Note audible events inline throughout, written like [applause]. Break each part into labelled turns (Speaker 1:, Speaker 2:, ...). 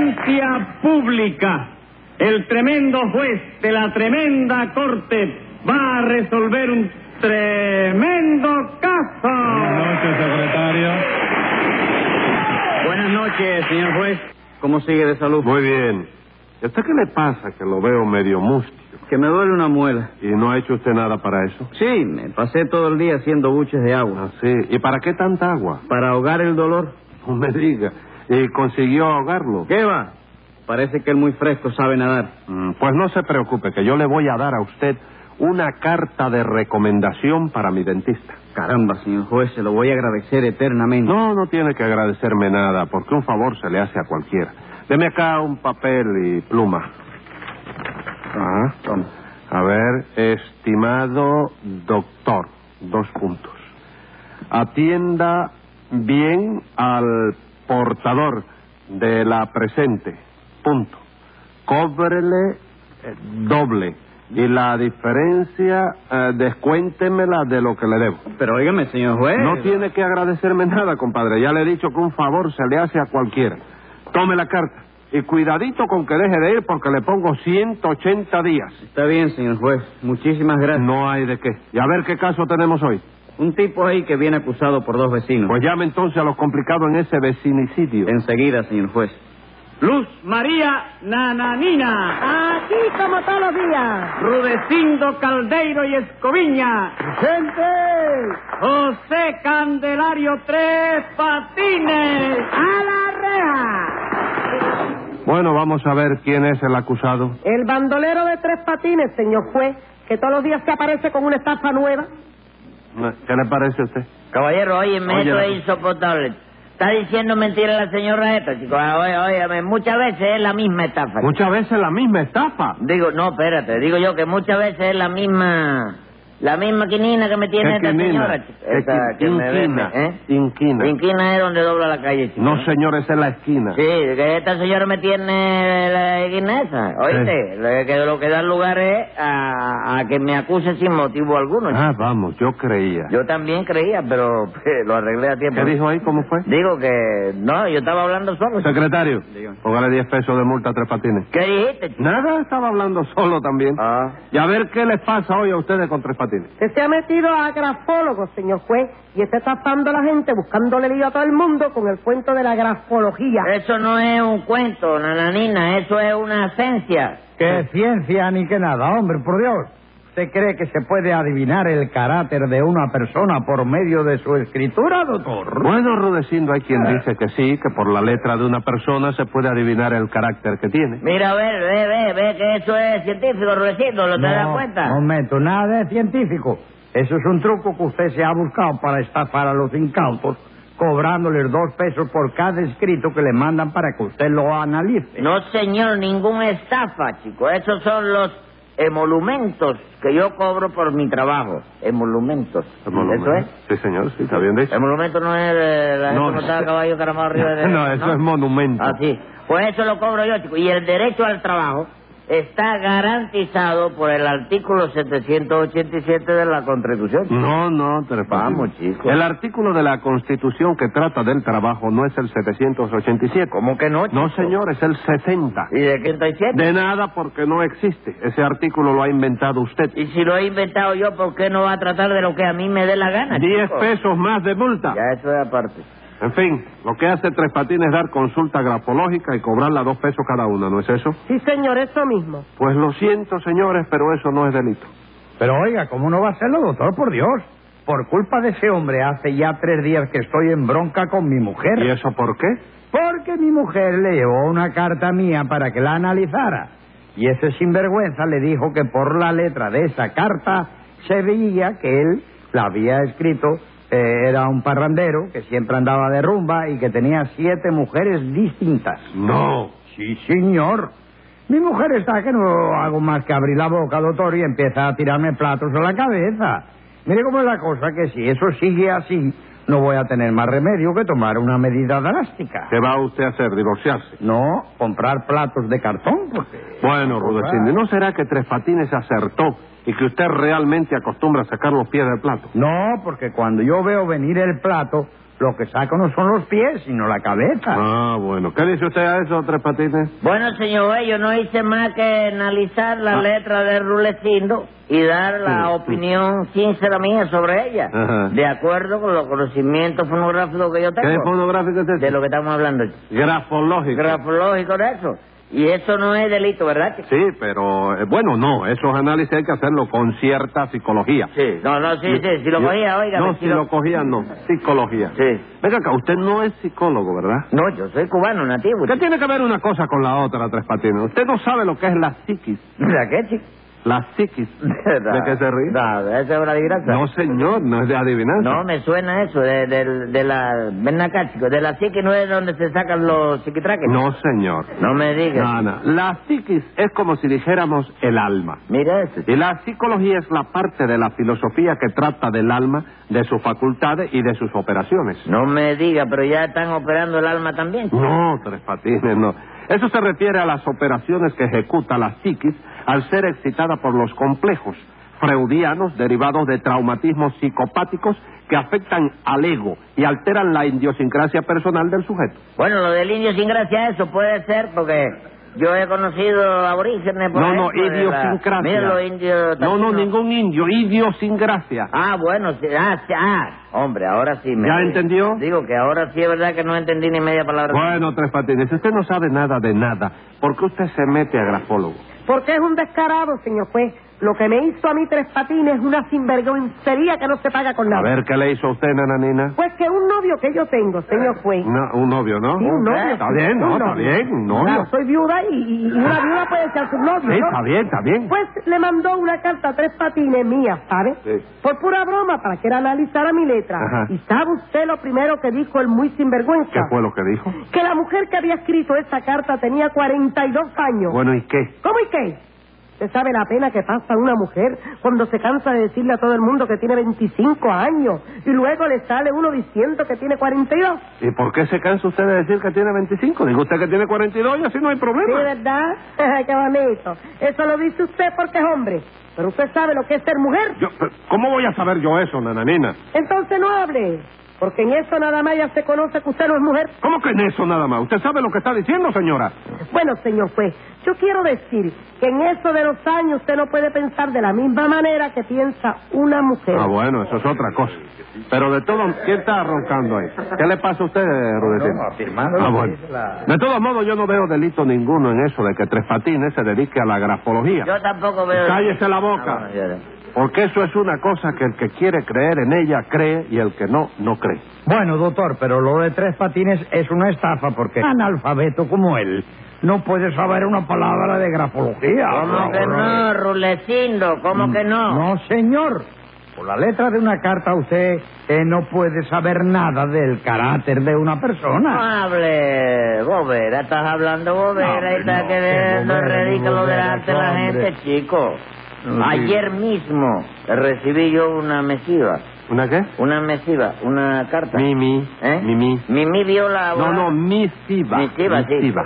Speaker 1: seguridad pública. El tremendo juez de la tremenda corte va a resolver un tremendo caso.
Speaker 2: Buenas noches, secretario.
Speaker 1: Buenas noches, señor juez. ¿Cómo sigue de salud?
Speaker 3: Muy bien. ¿Y a usted qué le pasa que lo veo medio mustio?
Speaker 1: Que me duele una muela.
Speaker 3: ¿Y no ha hecho usted nada para eso?
Speaker 1: Sí, me pasé todo el día haciendo buches de agua.
Speaker 3: Ah, sí. ¿Y para qué tanta agua? [laughs]
Speaker 1: Para ahogar el dolor.
Speaker 3: No me diga. ¿Y consiguió ahogarlo?
Speaker 1: ¿Qué va? Parece que el muy fresco sabe nadar.
Speaker 3: Mm, Pues no se preocupe, que yo le voy a dar a usted una carta de recomendación para mi dentista.
Speaker 1: Caramba, señor juez, se lo voy a agradecer eternamente.
Speaker 3: No, no tiene que agradecerme nada, porque un favor se le hace a cualquiera. Deme acá un papel y pluma. Ajá.
Speaker 1: Toma.
Speaker 3: A ver, estimado doctor, dos puntos. Atienda bien al portador de la presente, punto. Cóbrele eh, doble y la diferencia eh, descuéntemela de lo que le debo.
Speaker 1: Pero óigame, señor juez.
Speaker 3: No tiene que agradecerme nada, compadre. Ya le he dicho que un favor se le hace a cualquiera. Tome la carta y cuidadito con que deje de ir porque le pongo 180 días.
Speaker 1: Está bien, señor juez. Muchísimas gracias.
Speaker 3: No hay de qué. Y a ver qué caso tenemos hoy.
Speaker 1: Un tipo ahí que viene acusado por dos vecinos.
Speaker 3: Pues llame entonces a los complicados en ese vecinicidio.
Speaker 1: Enseguida, señor juez. Luz María Nananina,
Speaker 4: Aquí como todos los días.
Speaker 1: Rudecindo Caldeiro y Escoviña,
Speaker 4: ¡Gente!
Speaker 1: José Candelario Tres Patines.
Speaker 4: ¡A la reja!
Speaker 3: Bueno, vamos a ver quién es el acusado.
Speaker 4: El bandolero de tres patines, señor juez, que todos los días se aparece con una estafa nueva.
Speaker 3: ¿Qué le parece a usted?
Speaker 5: Caballero, óyeme,
Speaker 3: Oye,
Speaker 5: esto
Speaker 3: la-
Speaker 5: es insoportable. Está diciendo mentira la señora esta, chico. Ah, Oye, óyeme, muchas veces es la misma estafa. chico.
Speaker 3: Muchas veces la misma estafa.
Speaker 5: Digo, no, espérate, digo yo que muchas veces es la misma... La misma quinina que me tiene
Speaker 3: ¿Qué
Speaker 5: esta
Speaker 3: quinina?
Speaker 5: señora, chico.
Speaker 3: ¿Qué
Speaker 5: Esa
Speaker 3: qui-
Speaker 5: que me
Speaker 3: inquina?
Speaker 5: vende, ¿eh?
Speaker 3: Inquina.
Speaker 5: Inquina es donde dobla la calle, chico. ¿eh?
Speaker 3: No, señor, esa es la esquina.
Speaker 5: Sí, que esta señora me tiene la guinesa, ¿oíste? Lo que, lo que da lugar es a, a que me acuse sin motivo alguno. chico.
Speaker 3: Ah, vamos, yo creía.
Speaker 5: Yo también creía, pero [laughs] lo arreglé a tiempo.
Speaker 3: ¿Qué dijo ahí? ¿Cómo fue?
Speaker 5: Digo que no, yo estaba hablando solo. chico.
Speaker 3: Secretario,
Speaker 1: Dígame.
Speaker 3: póngale 10 pesos de multa a tres patines.
Speaker 5: ¿Qué dijiste? chico?
Speaker 3: Nada, estaba hablando solo también.
Speaker 5: Ah.
Speaker 3: Y a ver qué les pasa hoy a ustedes con tres patines.
Speaker 4: Usted se ha metido a grafólogo, señor juez, y está tapando a la gente, buscándole lío a todo el mundo con el cuento de la grafología.
Speaker 5: Ah. Eso no es un cuento, nananina, eso es una esencia.
Speaker 6: Que ciencia ni que nada, hombre, por Dios. ¿Usted cree que se puede adivinar el caráter de una persona por medio de su escritura, doctor?
Speaker 3: Bueno, Rudecindo, hay quien
Speaker 5: Ah.
Speaker 3: dice que sí, que por la letra de una persona se puede adivinar el carácter que tiene.
Speaker 5: Mira, a ver, ve, ve, ve que eso es científico, Rudecindo, ¿lo te das cuenta?
Speaker 6: momento, nada de científico. Eso es un truco que usted se ha buscado para estafar a los incautos, cobrándoles dos pesos por cada escrito que le mandan para que usted lo analice.
Speaker 5: No, señor, ningún estafa, chico. Esos son los emolumentos que yo cobro por mi trabajo. Emolumentos. ¿Eso es?
Speaker 3: Sí, señor, sí, está bien dicho.
Speaker 5: Emolumento no es eh, la
Speaker 3: No,
Speaker 5: gente montada a
Speaker 3: no.
Speaker 5: caballo caramado arriba
Speaker 3: [laughs]
Speaker 5: de
Speaker 3: No, eso es monumento.
Speaker 5: Ah, sí. Pues eso lo cobro yo, chico. Y el derecho al trabajo está garantizado por el artículo 787 de la Constitución. chico.
Speaker 3: No, no, Tres Patines.
Speaker 5: Vamos, chico.
Speaker 3: El artículo de la Constitución que trata del trabajo no es el 787.
Speaker 5: ¿Cómo que no, chico?
Speaker 3: No, señor, es el 60.
Speaker 5: ¿Y de 37?
Speaker 3: De nada porque no existe. Ese artículo lo ha inventado usted.
Speaker 5: Y si lo he inventado yo, ¿por qué no va a tratar de lo que a mí me dé la gana,
Speaker 3: Diez
Speaker 5: chico?
Speaker 3: pesos más de multa.
Speaker 5: Ya, eso es aparte.
Speaker 3: En fin, lo que hace Tres Patines es dar consulta grafológica y cobrarla dos pesos cada una, ¿no es eso?
Speaker 4: Sí, señor, eso mismo.
Speaker 3: Pues lo siento, señores, pero eso no es delito.
Speaker 6: Pero oiga, ¿cómo no va a serlo, doctor? Por Dios. Por culpa de ese hombre, hace ya tres días que estoy en bronca con mi mujer.
Speaker 3: ¿Y eso por qué?
Speaker 6: Porque mi mujer le llevó una carta mía para que la analizara. Y ese sinvergüenza le dijo que por la letra de esa carta se veía que él la había escrito, eh, era un parrandero que siempre andaba de rumba y que tenía siete mujeres distintas.
Speaker 3: No.
Speaker 6: Sí, señor. Mi mujer está que no hago más que abrir la boca, doctor, y empieza a tirarme platos a la cabeza. Mire cómo es la cosa, que si eso sigue así, no voy a tener más remedio que tomar una medida drástica.
Speaker 3: ¿Qué va usted a hacer? ¿Divorciarse?
Speaker 6: No, comprar platos de cartón, porque...
Speaker 3: Bueno,
Speaker 5: Pues
Speaker 3: Rudecindo, ¿no será que Tres Patines acertó y que usted realmente acostumbra a sacar los pies del plato?
Speaker 6: No, porque cuando yo veo venir el plato, Lo que saco no son los pies, sino la cabeza.
Speaker 3: Ah, bueno. ¿Qué dice usted a eso, Tres Patines?
Speaker 5: Bueno, señor juez, yo no hice más que analizar la
Speaker 3: Ah.
Speaker 5: letra de Rulecindo y dar la
Speaker 3: Sí.
Speaker 5: opinión sincera mía sobre ella,
Speaker 3: Ajá.
Speaker 5: de acuerdo con los conocimientos fonográficos que yo
Speaker 3: ¿Qué
Speaker 5: tengo,
Speaker 3: fonográfico es
Speaker 5: de
Speaker 3: ese?
Speaker 5: lo que estamos hablando,
Speaker 3: Grafológico.
Speaker 5: grafológico de eso. Y eso no es delito, ¿verdad? chico?
Speaker 3: Sí, pero eh, bueno, no, esos análisis hay que hacerlo con cierta psicología.
Speaker 5: Sí. No, no, sí, sí, si lo
Speaker 3: Yo-
Speaker 5: cogía, oiga.
Speaker 3: No, si lo cogía, no. Psicología.
Speaker 5: Sí.
Speaker 3: Venga acá, usted no es psicólogo, ¿verdad?
Speaker 5: No, yo soy cubano nativo.
Speaker 3: ¿Qué
Speaker 5: chico.
Speaker 3: tiene que ver una cosa con la otra, Tres Patines? Usted no sabe lo que es la psiquis.
Speaker 5: ¿De qué, chico?
Speaker 3: La psiquis. ¿De qué se ríe?
Speaker 5: No, esa es una desgracia.
Speaker 3: No, señor, no es de adivinanza.
Speaker 5: No, me suena eso, de, de, de la... Ven acá, chico, de la psique no es donde se sacan los psiquitraques.
Speaker 3: No, señor.
Speaker 5: No me digas.
Speaker 3: No, no. La psiquis es como si dijéramos el alma.
Speaker 5: Mira eso.
Speaker 3: Y la psicología es la parte de la filosofía que trata del alma, de sus facultades y de sus operaciones.
Speaker 5: No me diga, pero ya están operando el alma también. chico.
Speaker 3: No, Tres Patines, no. Eso se refiere a las operaciones que ejecuta la psiquis al ser excitada por los complejos freudianos derivados de traumatismos psicopáticos que afectan al ego y alteran la idiosincrasia personal del sujeto.
Speaker 5: Bueno, lo del indio sin gracia, eso puede ser porque yo he conocido aborígenes. Por
Speaker 3: No, no,
Speaker 5: ejemplo, de la-
Speaker 3: idiosincrasia.
Speaker 5: Mira los indios.
Speaker 3: No, no,
Speaker 5: taínos.
Speaker 3: ningún indio, idiosincrasia.
Speaker 5: Ah, bueno, sí, ah, sí, ah, hombre, ahora sí me.
Speaker 3: ¿Ya entendió?
Speaker 5: Digo que ahora sí es verdad que no entendí ni media palabra.
Speaker 3: Bueno, Tres Patines, usted no sabe nada de nada. ¿Por qué usted se mete a grafólogo?
Speaker 4: Porque es un descarado, señor juez. Lo que me hizo a mí tres patines es una sinvergüencería que no se paga con
Speaker 3: A
Speaker 4: nada.
Speaker 3: ver, ¿qué le hizo a usted, nananina?
Speaker 4: Pues que un novio que yo tengo, señor juez.
Speaker 3: No, un novio, ¿no? Eh,
Speaker 4: Sí, un novio.
Speaker 3: Está bien, no,
Speaker 4: Un
Speaker 3: está
Speaker 4: novio.
Speaker 3: bien, un novio. Ah.
Speaker 4: Claro, soy viuda y, y- y una viuda puede ser su novio.
Speaker 3: Sí,
Speaker 4: ¿no?
Speaker 3: está bien, está bien.
Speaker 4: Pues le mandó una carta a tres patines mías, ¿sabe?
Speaker 3: Sí.
Speaker 4: Por pura broma, para que él analizara mi letra.
Speaker 3: Ajá.
Speaker 4: ¿Y sabe usted lo primero que dijo el muy sinvergüenza?
Speaker 3: ¿Qué fue lo que dijo?
Speaker 4: Que la mujer que había escrito esa carta tenía 42 años.
Speaker 3: Bueno, ¿y qué?
Speaker 4: ¿Cómo y qué? ¿Usted sabe la pena que pasa una mujer cuando se cansa de decirle a todo el mundo que tiene 25 años y luego le sale uno diciendo que tiene 42?
Speaker 3: ¿Y por qué se cansa usted de decir que tiene 25? Diga usted que tiene 42 y así no hay
Speaker 4: Sí,
Speaker 3: problema.
Speaker 4: ¿verdad? [laughs] Qué bonito. Eso lo dice usted porque es hombre. Pero usted sabe lo que es ser mujer.
Speaker 3: Yo, pero, ¿Cómo voy a saber yo eso, nananina?
Speaker 4: Entonces no hable. Porque en eso nada más ya se conoce que usted no es mujer.
Speaker 3: ¿Cómo que en eso nada más? ¿Usted sabe lo que está diciendo, señora?
Speaker 4: Bueno, señor juez, yo quiero decir que en eso de los años usted no puede pensar de la misma manera que piensa una mujer.
Speaker 3: Ah, bueno, eso es otra cosa. Pero de todo, ¿quién está roncando ahí? ¿Qué le pasa a usted, Rudecín?
Speaker 6: No, afirmando lo
Speaker 3: Ah,
Speaker 6: que
Speaker 3: bueno.
Speaker 6: dice la-
Speaker 3: De todos modos, yo no veo delito ninguno en eso de que Tres Patines se dedique a la grafología.
Speaker 5: Yo tampoco veo.
Speaker 3: Cállese la boca.
Speaker 5: Ah, bueno, yo-
Speaker 3: Porque eso es una cosa que el que quiere creer en ella cree y el que no, no cree.
Speaker 6: Bueno, doctor, pero lo de tres patines es una estafa porque
Speaker 5: Ah,
Speaker 6: analfabeto como él no puede saber una palabra de grafología.
Speaker 5: ¿Cómo que no, Rulecindo? ¿Cómo que no?
Speaker 6: Ah, Mm, No, señor. Por la letra de una carta usted eh, no puede saber nada del carácter de una
Speaker 5: No
Speaker 6: persona.
Speaker 5: hable, bobera, estás hablando bobera
Speaker 6: No,
Speaker 5: y estás
Speaker 6: no,
Speaker 5: queriendo
Speaker 6: qué bobera, ni
Speaker 5: ridículo
Speaker 6: bobera,
Speaker 5: delante de la
Speaker 6: hombre.
Speaker 5: gente, chico.
Speaker 6: No,
Speaker 5: Ayer mismo recibí yo una mesiva,
Speaker 3: ¿Una qué?
Speaker 5: una mesiva, una carta.
Speaker 3: Mimi.
Speaker 5: ¿Eh?
Speaker 3: Mimi.
Speaker 5: Mimi vio la...
Speaker 3: No, no, misiva.
Speaker 5: misiva, sí.
Speaker 3: Misiva.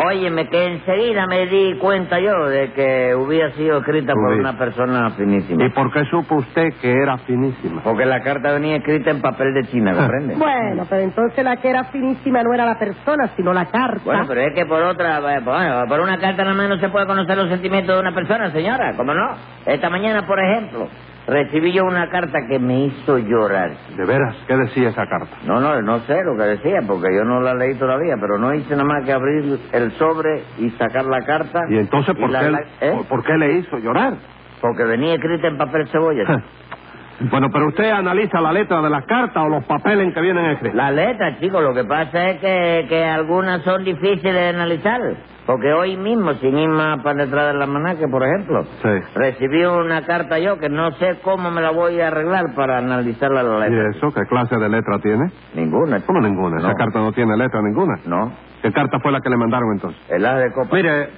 Speaker 5: Óyeme, que enseguida me di cuenta yo de que hubiera sido escrita por
Speaker 3: Hubiera.
Speaker 5: una persona finísima.
Speaker 3: Pues, ¿Y por qué supo usted que era finísima?
Speaker 5: Porque la carta venía escrita en papel de China,
Speaker 3: Ah.
Speaker 5: ¿comprende?
Speaker 4: Bueno, pero entonces la que era finísima no era la persona, sino la carta.
Speaker 5: Bueno, pero es que por otra, eh, bueno, por una carta nada más no se puede conocer los sentimientos de una persona, señora, ¿cómo no? Esta mañana, por ejemplo, recibí yo una carta que me hizo llorar.
Speaker 3: ¿De veras? ¿Qué decía esa carta?
Speaker 5: No, no, no sé lo que decía, porque yo no la leí todavía, pero no hice nada más que abrir el sobre y sacar la carta.
Speaker 3: ¿Y entonces por,
Speaker 5: la-
Speaker 3: qué,
Speaker 5: la- ¿eh?
Speaker 3: por- por qué le hizo llorar?
Speaker 5: Porque venía escrita en papel
Speaker 3: Ah.
Speaker 5: cebolla.
Speaker 3: [laughs] bueno, pero usted analiza la letra de las cartas o los papeles en que vienen escritos.
Speaker 5: La letra, chicos, lo que pasa es que, que algunas son difíciles de analizar. Porque hoy mismo, sin ir más para detrás del almanaque, por ejemplo,
Speaker 3: Sí.
Speaker 5: recibí una carta yo que no sé cómo me la voy a arreglar para analizarla la letra.
Speaker 3: ¿Y eso? ¿Qué clase de letra tiene?
Speaker 5: Ninguna.
Speaker 3: ¿Cómo ninguna?
Speaker 5: No.
Speaker 3: Esa carta no tiene letra ninguna.
Speaker 5: No,
Speaker 3: ¿Qué carta fue la que le mandaron entonces?
Speaker 5: el as de copa. [laughs]
Speaker 3: Mire,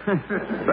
Speaker 5: Va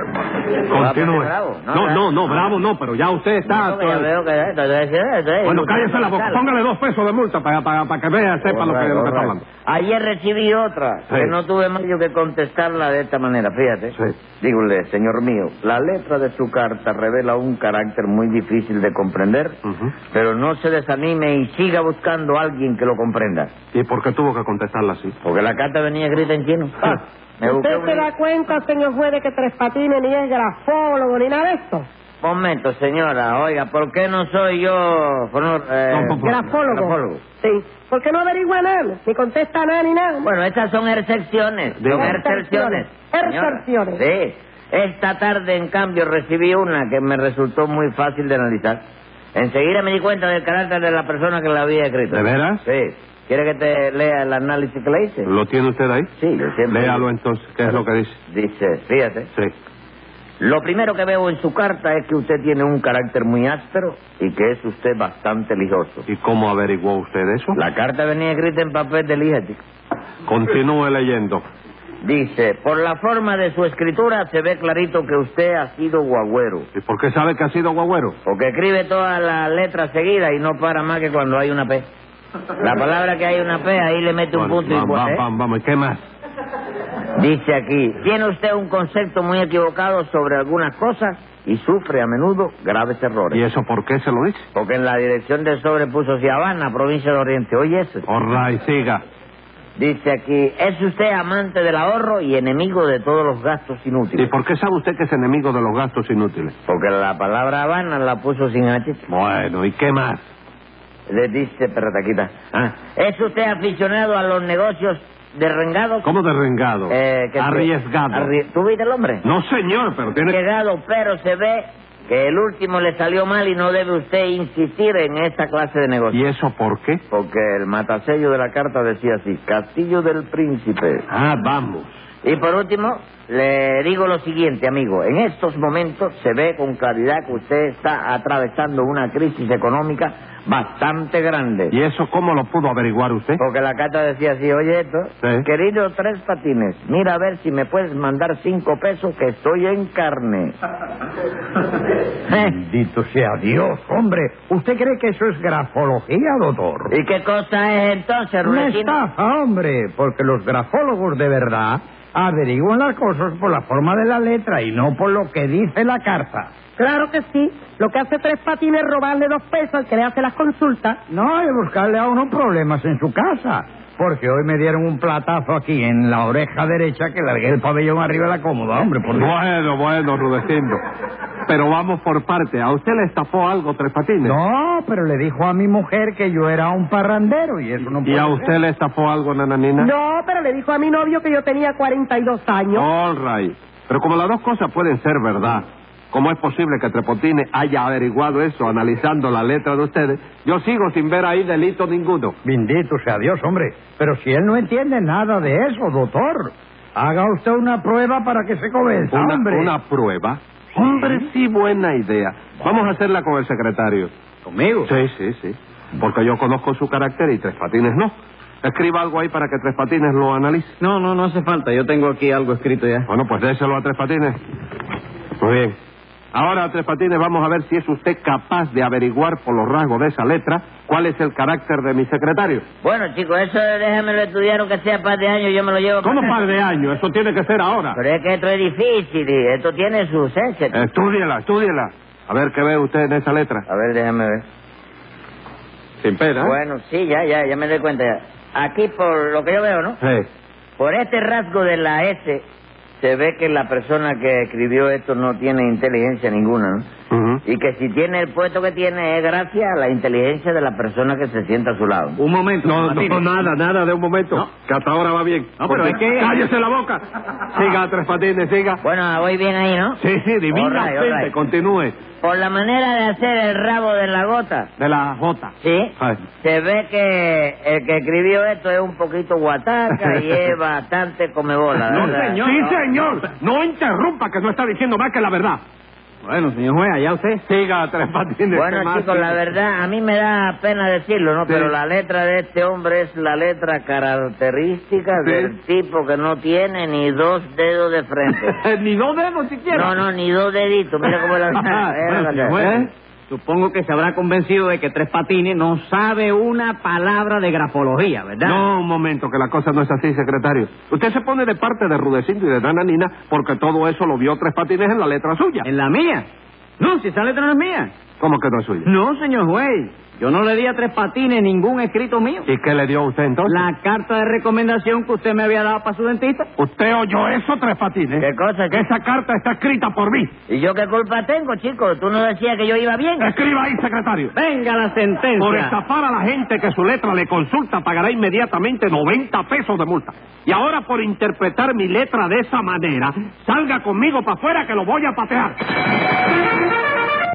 Speaker 5: a
Speaker 3: continúe.
Speaker 5: poner bravo, ¿no?
Speaker 3: No, no, no, bravo no, pero ya usted está...
Speaker 5: No, porque yo veo que- entonces, eh, entonces,
Speaker 3: Bueno, cállese la boca, póngale dos pesos de multa para, para, para que vea, sepa lo que, lo que está hablando.
Speaker 5: Ayer recibí otra
Speaker 3: Sí.
Speaker 5: que no tuve más yo que contestarla de esta manera. señora, fíjate.
Speaker 3: Sí.
Speaker 5: Dígole, señor mío, la letra de su carta revela un carácter muy difícil de comprender,
Speaker 3: Ujú.
Speaker 5: pero no se desanime y siga buscando a alguien que lo comprenda.
Speaker 3: ¿Y por qué tuvo que contestarla así?
Speaker 5: Porque la carta venía escrita en chino.
Speaker 3: Ah.
Speaker 5: Me busqué
Speaker 4: ¿Usted
Speaker 5: un-
Speaker 4: se da cuenta, señor juez, de que Tres Patines ni es grafólogo ni nada de esto?
Speaker 5: Momento, señora. Oiga, ¿por qué no soy yo... fonor- eh,
Speaker 3: No, por favor.
Speaker 4: Grafólogo.
Speaker 5: grafólogo?
Speaker 4: Sí. ¿Por qué no averigua nada? Ni contesta nada ni nada.
Speaker 5: Bueno, estas son excepciones. Son
Speaker 3: Dígame.
Speaker 5: excepciones. señora.
Speaker 4: Excepciones.
Speaker 5: Sí. Esta tarde, en cambio, recibí una que me resultó muy fácil de analizar. Enseguida me di cuenta del carácter de la persona que la había escrito.
Speaker 3: ¿De veras?
Speaker 5: Sí. ¿Quiere que te lea el análisis que le hice?
Speaker 3: ¿Lo tiene usted ahí?
Speaker 5: Sí, yo siempre...
Speaker 3: Léalo entonces, ¿qué es lo que dice?
Speaker 5: Dice, fíjate.
Speaker 3: Sí.
Speaker 5: Lo primero que veo en su carta es que usted tiene un carácter muy áspero y que es usted bastante lijoso.
Speaker 3: ¿Y cómo averiguó usted eso?
Speaker 5: La carta venía escrita en papel de lija, chico.
Speaker 3: Continúe leyendo.
Speaker 5: Dice, por la forma de su escritura se ve clarito que usted ha sido guagüero.
Speaker 3: ¿Y por qué sabe que ha sido guagüero?
Speaker 5: Porque escribe todas las letras seguidas y no para más que cuando hay una P. La palabra que hay una P, ahí le mete un
Speaker 3: Bueno,
Speaker 5: punto y
Speaker 3: vamos,
Speaker 5: pues, ¿eh?
Speaker 3: vamos, vamos, ¿y qué más?
Speaker 5: Dice aquí, tiene usted un concepto muy equivocado sobre algunas cosas y sufre a menudo graves errores.
Speaker 3: ¿Y eso por qué se lo dice?
Speaker 5: Porque en la dirección del sobre puso Habana, provincia de Oriente. Oye eso.
Speaker 3: Orray, siga.
Speaker 5: Dice aquí, es usted amante del ahorro y enemigo de todos los gastos
Speaker 3: ¿Y
Speaker 5: inútiles.
Speaker 3: por qué sabe usted que es enemigo de los gastos inútiles?
Speaker 5: Porque la palabra Habana la puso sin H.
Speaker 3: Bueno, ¿y qué más?
Speaker 5: Le dice Perrataquita. Ah, ¿Es usted aficionado a los negocios derrengados?
Speaker 3: ¿Cómo derrengado?
Speaker 5: Eh, que-
Speaker 3: Arriesgado.
Speaker 5: Arri- ¿Tú viste el hombre?
Speaker 3: No, señor, pero tiene que...
Speaker 5: Llegado, pero se ve que el último le salió mal y no debe usted insistir en esta clase de negocios.
Speaker 3: ¿Y eso por qué?
Speaker 5: Porque el matasello de la carta decía así, Castillo del Príncipe.
Speaker 3: Ah, vamos.
Speaker 5: Y por último, le digo lo siguiente, amigo. En estos momentos se ve con claridad que usted está atravesando una crisis económica bastante grande.
Speaker 3: ¿Y eso cómo lo pudo averiguar usted?
Speaker 5: Porque la carta decía así, oye esto,
Speaker 3: Sí.
Speaker 5: querido Tres Patines, mira a ver si me puedes mandar cinco pesos que estoy en
Speaker 3: [laughs]
Speaker 5: carne. [laughs] ¿Eh?
Speaker 6: Bendito sea Dios, hombre. ¿Usted cree que eso es grafología, doctor?
Speaker 5: ¿Y qué cosa es entonces,
Speaker 6: Una
Speaker 5: Rulecino?
Speaker 6: estafa, hombre, porque los grafólogos de verdad averiguan las cosas por la forma de la letra y no por lo que dice la carta.
Speaker 4: Claro que sí. Lo que hace Tres Patines es robarle dos pesos al que le hace las consultas.
Speaker 6: No, y buscarle a uno problemas en su casa. Porque hoy me dieron un platazo aquí en la oreja derecha que largué el pabellón arriba de la cómoda, hombre, por Dios.
Speaker 3: Bueno, bueno, Rudecindo. Pero vamos por parte. ¿A usted le estafó algo, Tres Patines?
Speaker 6: No, pero le dijo a mi mujer que yo era un parrandero y eso no
Speaker 3: ¿Y
Speaker 6: puede
Speaker 3: a
Speaker 6: ser.
Speaker 3: usted le estafó algo, Nananina?
Speaker 4: No, pero le dijo a mi novio que yo tenía 42 años.
Speaker 3: All right. Pero como las dos cosas pueden ser verdad, ¿cómo es posible que Trepotine haya averiguado eso analizando la letra de ustedes? Yo sigo sin ver ahí delito ninguno.
Speaker 6: Bendito sea Dios, hombre. Pero si él no entiende nada de eso, doctor, haga usted una prueba para que se convenza,
Speaker 3: Una,
Speaker 6: hombre.
Speaker 3: una prueba. Hombre, Pues, sí, buena idea. Vamos a hacerla con el secretario.
Speaker 6: ¿Conmigo?
Speaker 3: Sí, sí, sí. Porque yo conozco su carácter y Tres Patines no. Escriba algo ahí para que Tres Patines lo analice.
Speaker 2: No, no, no hace falta. Yo tengo aquí algo escrito ya.
Speaker 3: Bueno, pues déselo a Tres Patines. Muy bien. Ahora, Tres Patines, vamos a ver si es usted capaz de averiguar por los rasgos de esa letra cuál es el carácter de mi secretario.
Speaker 5: Bueno, chicos, eso déjamelo estudiar aunque sea par de años, yo me lo llevo.
Speaker 3: ¿Cómo
Speaker 5: para-
Speaker 3: par de años? Eso tiene que ser ahora.
Speaker 5: Pero es que esto es difícil y esto tiene sus hechos.
Speaker 3: Estúdiela, estúdiela. A ver qué ve usted en esa letra.
Speaker 5: A ver, déjame ver.
Speaker 3: Sin pena. ¿eh?
Speaker 5: Bueno, sí, ya, ya, ya me doy cuenta. ya. Aquí, por lo que yo veo, ¿no?
Speaker 3: Sí.
Speaker 5: Por este rasgo de la S, se ve que la persona que escribió esto no tiene inteligencia ninguna, ¿no?
Speaker 3: Ujú.
Speaker 5: Y que si tiene el puesto que tiene es gracias a la inteligencia de la persona que se sienta a su lado.
Speaker 2: Un momento.
Speaker 3: No, no,
Speaker 2: Martínez.
Speaker 3: no, nada, nada, de un momento.
Speaker 2: No.
Speaker 3: Que hasta ahora va bien.
Speaker 2: No, pero
Speaker 3: Porque-
Speaker 2: es que-
Speaker 3: ¡Cállese la boca! Siga, Tres Patines, siga.
Speaker 5: Bueno, voy bien ahí, ¿no?
Speaker 3: Sí, sí, divinamente,
Speaker 5: All right, all right.
Speaker 3: continúe.
Speaker 5: Por la manera de hacer el rabo de la gota,
Speaker 3: De la J.
Speaker 5: ¿sí?
Speaker 3: Ay.
Speaker 5: Se ve que el que escribió esto es un poquito guataca y
Speaker 3: [laughs]
Speaker 5: es bastante comebola,
Speaker 3: No,
Speaker 5: ¿verdad?
Speaker 3: señor. Sí, señor. No interrumpa, que no está diciendo más que la [laughs] verdad.
Speaker 2: Bueno, señor juez, allá usted.
Speaker 3: Siga, Tres Patines. ¿qué
Speaker 5: Bueno,
Speaker 3: más?
Speaker 5: chicos, la verdad, a mí me da pena decirlo, ¿no?
Speaker 3: Sí.
Speaker 5: Pero la letra de este hombre es la letra característica
Speaker 3: Sí.
Speaker 5: del tipo que no tiene ni dos dedos de
Speaker 3: [laughs]
Speaker 5: frente.
Speaker 3: Ni dos dedos siquiera. [laughs]
Speaker 2: [laughs]
Speaker 5: no, no, ni dos deditos, mira ¿Eh? cómo la... [laughs]
Speaker 3: Ah,
Speaker 5: Era la-
Speaker 3: bueno.
Speaker 2: pues, Supongo que se habrá convencido de que Tres Patines no sabe una palabra de grafología, ¿verdad?
Speaker 3: No, un momento, que la cosa no es así, secretario. Usted se pone de parte de Rudecindo y de Nananina porque todo eso lo vio Tres Patines en la letra suya.
Speaker 2: ¿En la mía? No, si esa letra no es mía.
Speaker 3: ¿Cómo que no es suya?
Speaker 2: No, señor juez. Yo no le di a Tres Patines ningún escrito mío.
Speaker 3: ¿Y qué le dio a usted entonces?
Speaker 2: La carta de recomendación que usted me había dado para su dentista.
Speaker 3: ¿Usted oyó eso, Tres Patines?
Speaker 5: ¿Qué cosa,
Speaker 3: Que
Speaker 5: chico?
Speaker 3: esa carta está escrita por mí.
Speaker 5: ¿Y yo qué culpa tengo, chico? ¿Tú no decías que yo
Speaker 3: [laughs]
Speaker 5: iba bien?
Speaker 3: Escriba ahí, secretario.
Speaker 2: Venga la sentencia.
Speaker 3: Por estafar a la gente que su letra le consulta, pagará inmediatamente 90 pesos de multa. Y ahora, por interpretar mi letra de esa manera, salga conmigo para afuera que lo voy a patear.